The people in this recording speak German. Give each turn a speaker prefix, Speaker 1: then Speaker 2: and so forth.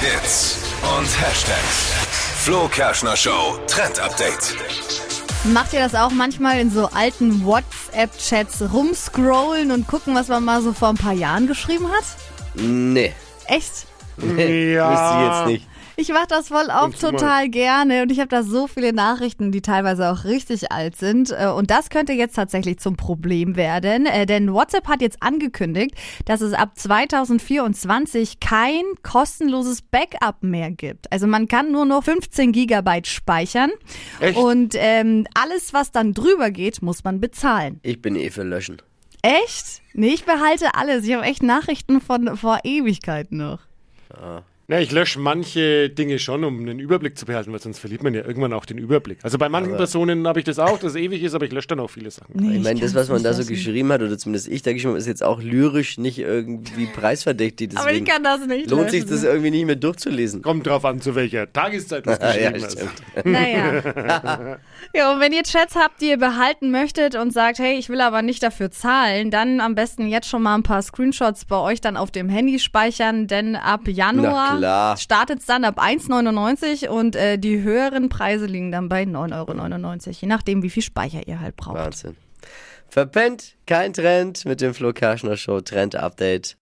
Speaker 1: Hits und Hashtags. Flo Kerschner Show Trend Update.
Speaker 2: Macht ihr das auch manchmal in so alten WhatsApp-Chats rumscrollen und gucken, was man mal so vor ein paar Jahren geschrieben hat?
Speaker 3: Nee.
Speaker 2: Echt?
Speaker 3: Ja. Wüsste ich jetzt nicht.
Speaker 2: Ich mache das voll auch
Speaker 4: mal.
Speaker 2: total gerne und ich habe da so viele Nachrichten, die teilweise auch richtig alt sind. Äh, Und das könnte jetzt tatsächlich zum Problem werden, äh, denn WhatsApp hat jetzt angekündigt, dass es ab 2024 kein kostenloses Backup mehr gibt. Also man kann nur noch 15 Gigabyte speichern
Speaker 4: Echt?
Speaker 2: und ähm, alles, was dann drüber geht, muss man bezahlen.
Speaker 3: Ich bin eh für Löschen.
Speaker 2: Echt? Nee, ich behalte alles. Ich habe echt Nachrichten von vor Ewigkeiten noch.
Speaker 4: Na, ich lösche manche Dinge schon, um einen Überblick zu behalten, weil sonst verliert man ja irgendwann auch den Überblick. Also bei manchen Personen habe ich das auch, dass es ewig ist, aber ich lösche dann auch viele Sachen.
Speaker 2: Nee,
Speaker 3: Ich meine, das,
Speaker 2: kann's
Speaker 3: was man
Speaker 2: nicht
Speaker 3: da so
Speaker 2: lassen.
Speaker 3: geschrieben hat, oder zumindest ich da geschrieben habe, ist jetzt auch lyrisch nicht irgendwie preisverdächtig. Deswegen
Speaker 2: Aber ich kann das nicht.
Speaker 3: lohnt sich
Speaker 2: löschen.
Speaker 3: das irgendwie nicht mehr durchzulesen.
Speaker 4: Kommt drauf an, zu welcher Tageszeit du es
Speaker 3: Ah,
Speaker 4: geschrieben
Speaker 3: ja,
Speaker 4: hast.
Speaker 3: stimmt.
Speaker 2: Naja. ja, und wenn ihr Chats habt, die ihr behalten möchtet und sagt, hey, ich will aber nicht dafür zahlen, dann am besten jetzt schon mal ein paar Screenshots bei euch dann auf dem Handy speichern, denn ab
Speaker 3: Na
Speaker 2: Januar
Speaker 3: klar.
Speaker 2: startet es dann ab 1,99 und äh, die höheren Preise liegen dann bei 9,99 Euro, je nachdem, wie viel Speicher ihr halt braucht.
Speaker 3: Wahnsinn. Verpennt, kein Trend mit dem Flo Kerschner Show Trend Update.